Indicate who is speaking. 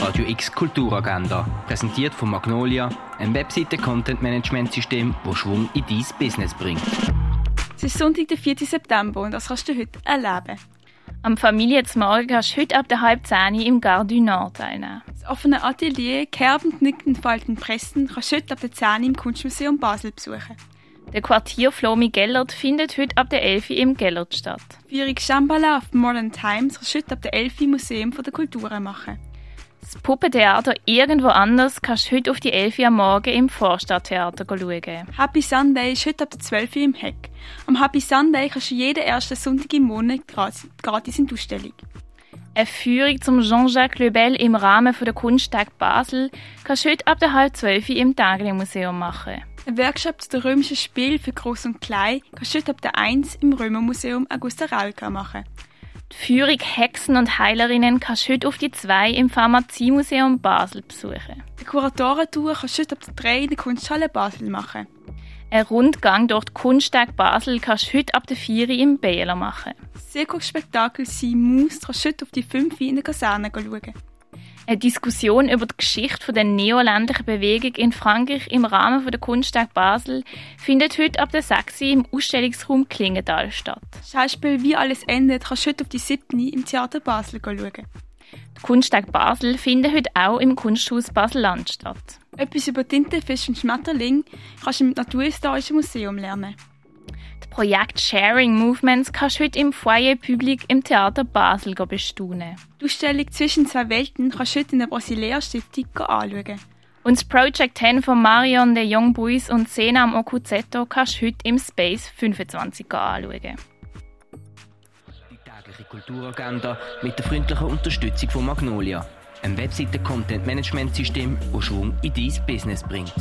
Speaker 1: Radio X Kulturagenda, präsentiert von Magnolia, einem Webseite-Content-Management-System, das Schwung in dein Business bringt.
Speaker 2: Es ist Sonntag, der 4. September und das kannst du heute erleben.
Speaker 3: Am Familienzmorgen kannst du heute ab der halb zehn im Gare du Nord teilnehmen.
Speaker 2: Das offene Atelier Kerben, Knicken, Falten, Pressen kannst du heute ab der 10 Uhr im Kunstmuseum Basel besuchen.
Speaker 3: Der Quartierflomi Gellert findet heute ab der 11 Uhr im Gellert statt.
Speaker 2: Feierung Shambhala auf Modern Times kannst du heute ab der 11 Uhr im Museum der Kulturen machen.
Speaker 3: Das Puppentheater irgendwo anders kannst du heute auf die 11 Uhr am Morgen im Vorstadttheater schauen.
Speaker 2: Happy Sunday ist heute ab der 12 Uhr im Heck. Am Happy Sunday kannst du jeden ersten Sonntag im Monat gratis- gratis in die Ausstellung.
Speaker 3: Eine Führung zum Jean-Jacques Lebel im Rahmen von der Kunsttag Basel kannst du heute ab der halb zwölf Uhr im Tagli-Museum machen.
Speaker 2: Ein Workshop zu den römischen Spielen für Groß und Klein kannst du heute ab der 1 im Römermuseum Augusta Raulka machen.
Speaker 3: Die Führung Hexen und Heilerinnen kannst du heute auf die zwei im Pharmaziemuseum Basel besuchen.
Speaker 2: Die Kuratorentour kannst du heute ab der 3 in der Kunsthalle Basel machen.
Speaker 3: Ein Rundgang durch die Kunsttag Basel kannst du heute ab der vier Uhr im Bäler machen.
Speaker 2: Das Zirkusspektakel «Sie Maus» kannst du heute auf die 5 Uhr in der Kaserne schauen.
Speaker 3: Eine Diskussion über die Geschichte von der neoländischen Bewegung in Frankreich im Rahmen von der Kunsttag Basel findet heute ab der 6 Uhr im Ausstellungsraum Klingenthal statt.
Speaker 2: Das Schauspiel «Wie alles endet» kannst du heute auf die 7 Uhr im Theater Basel schauen.
Speaker 3: Die Kunsttag Basel findet heute auch im Kunsthaus Basel-Land statt.
Speaker 2: Etwas über Tintenfisch und Schmetterling kannst du im Naturhistorischen Museum lernen.
Speaker 3: Das Projekt Sharing Movements kannst du heute im Foyer Public im Theater Basel go bestaunen.
Speaker 2: Die Ausstellung «Zwischen zwei Welten» kannst du heute in der Brasileer Stiftung go anschauen.
Speaker 3: Und das Project 10 von Marion de Young Boys und Sena am Okuzeto kannst du heute im Space 25 anschauen.
Speaker 1: Die tägliche Kulturagenda mit der freundlichen Unterstützung von Magnolia, einem Webseite-Content-Management-System, das Schwung in dein Business bringt.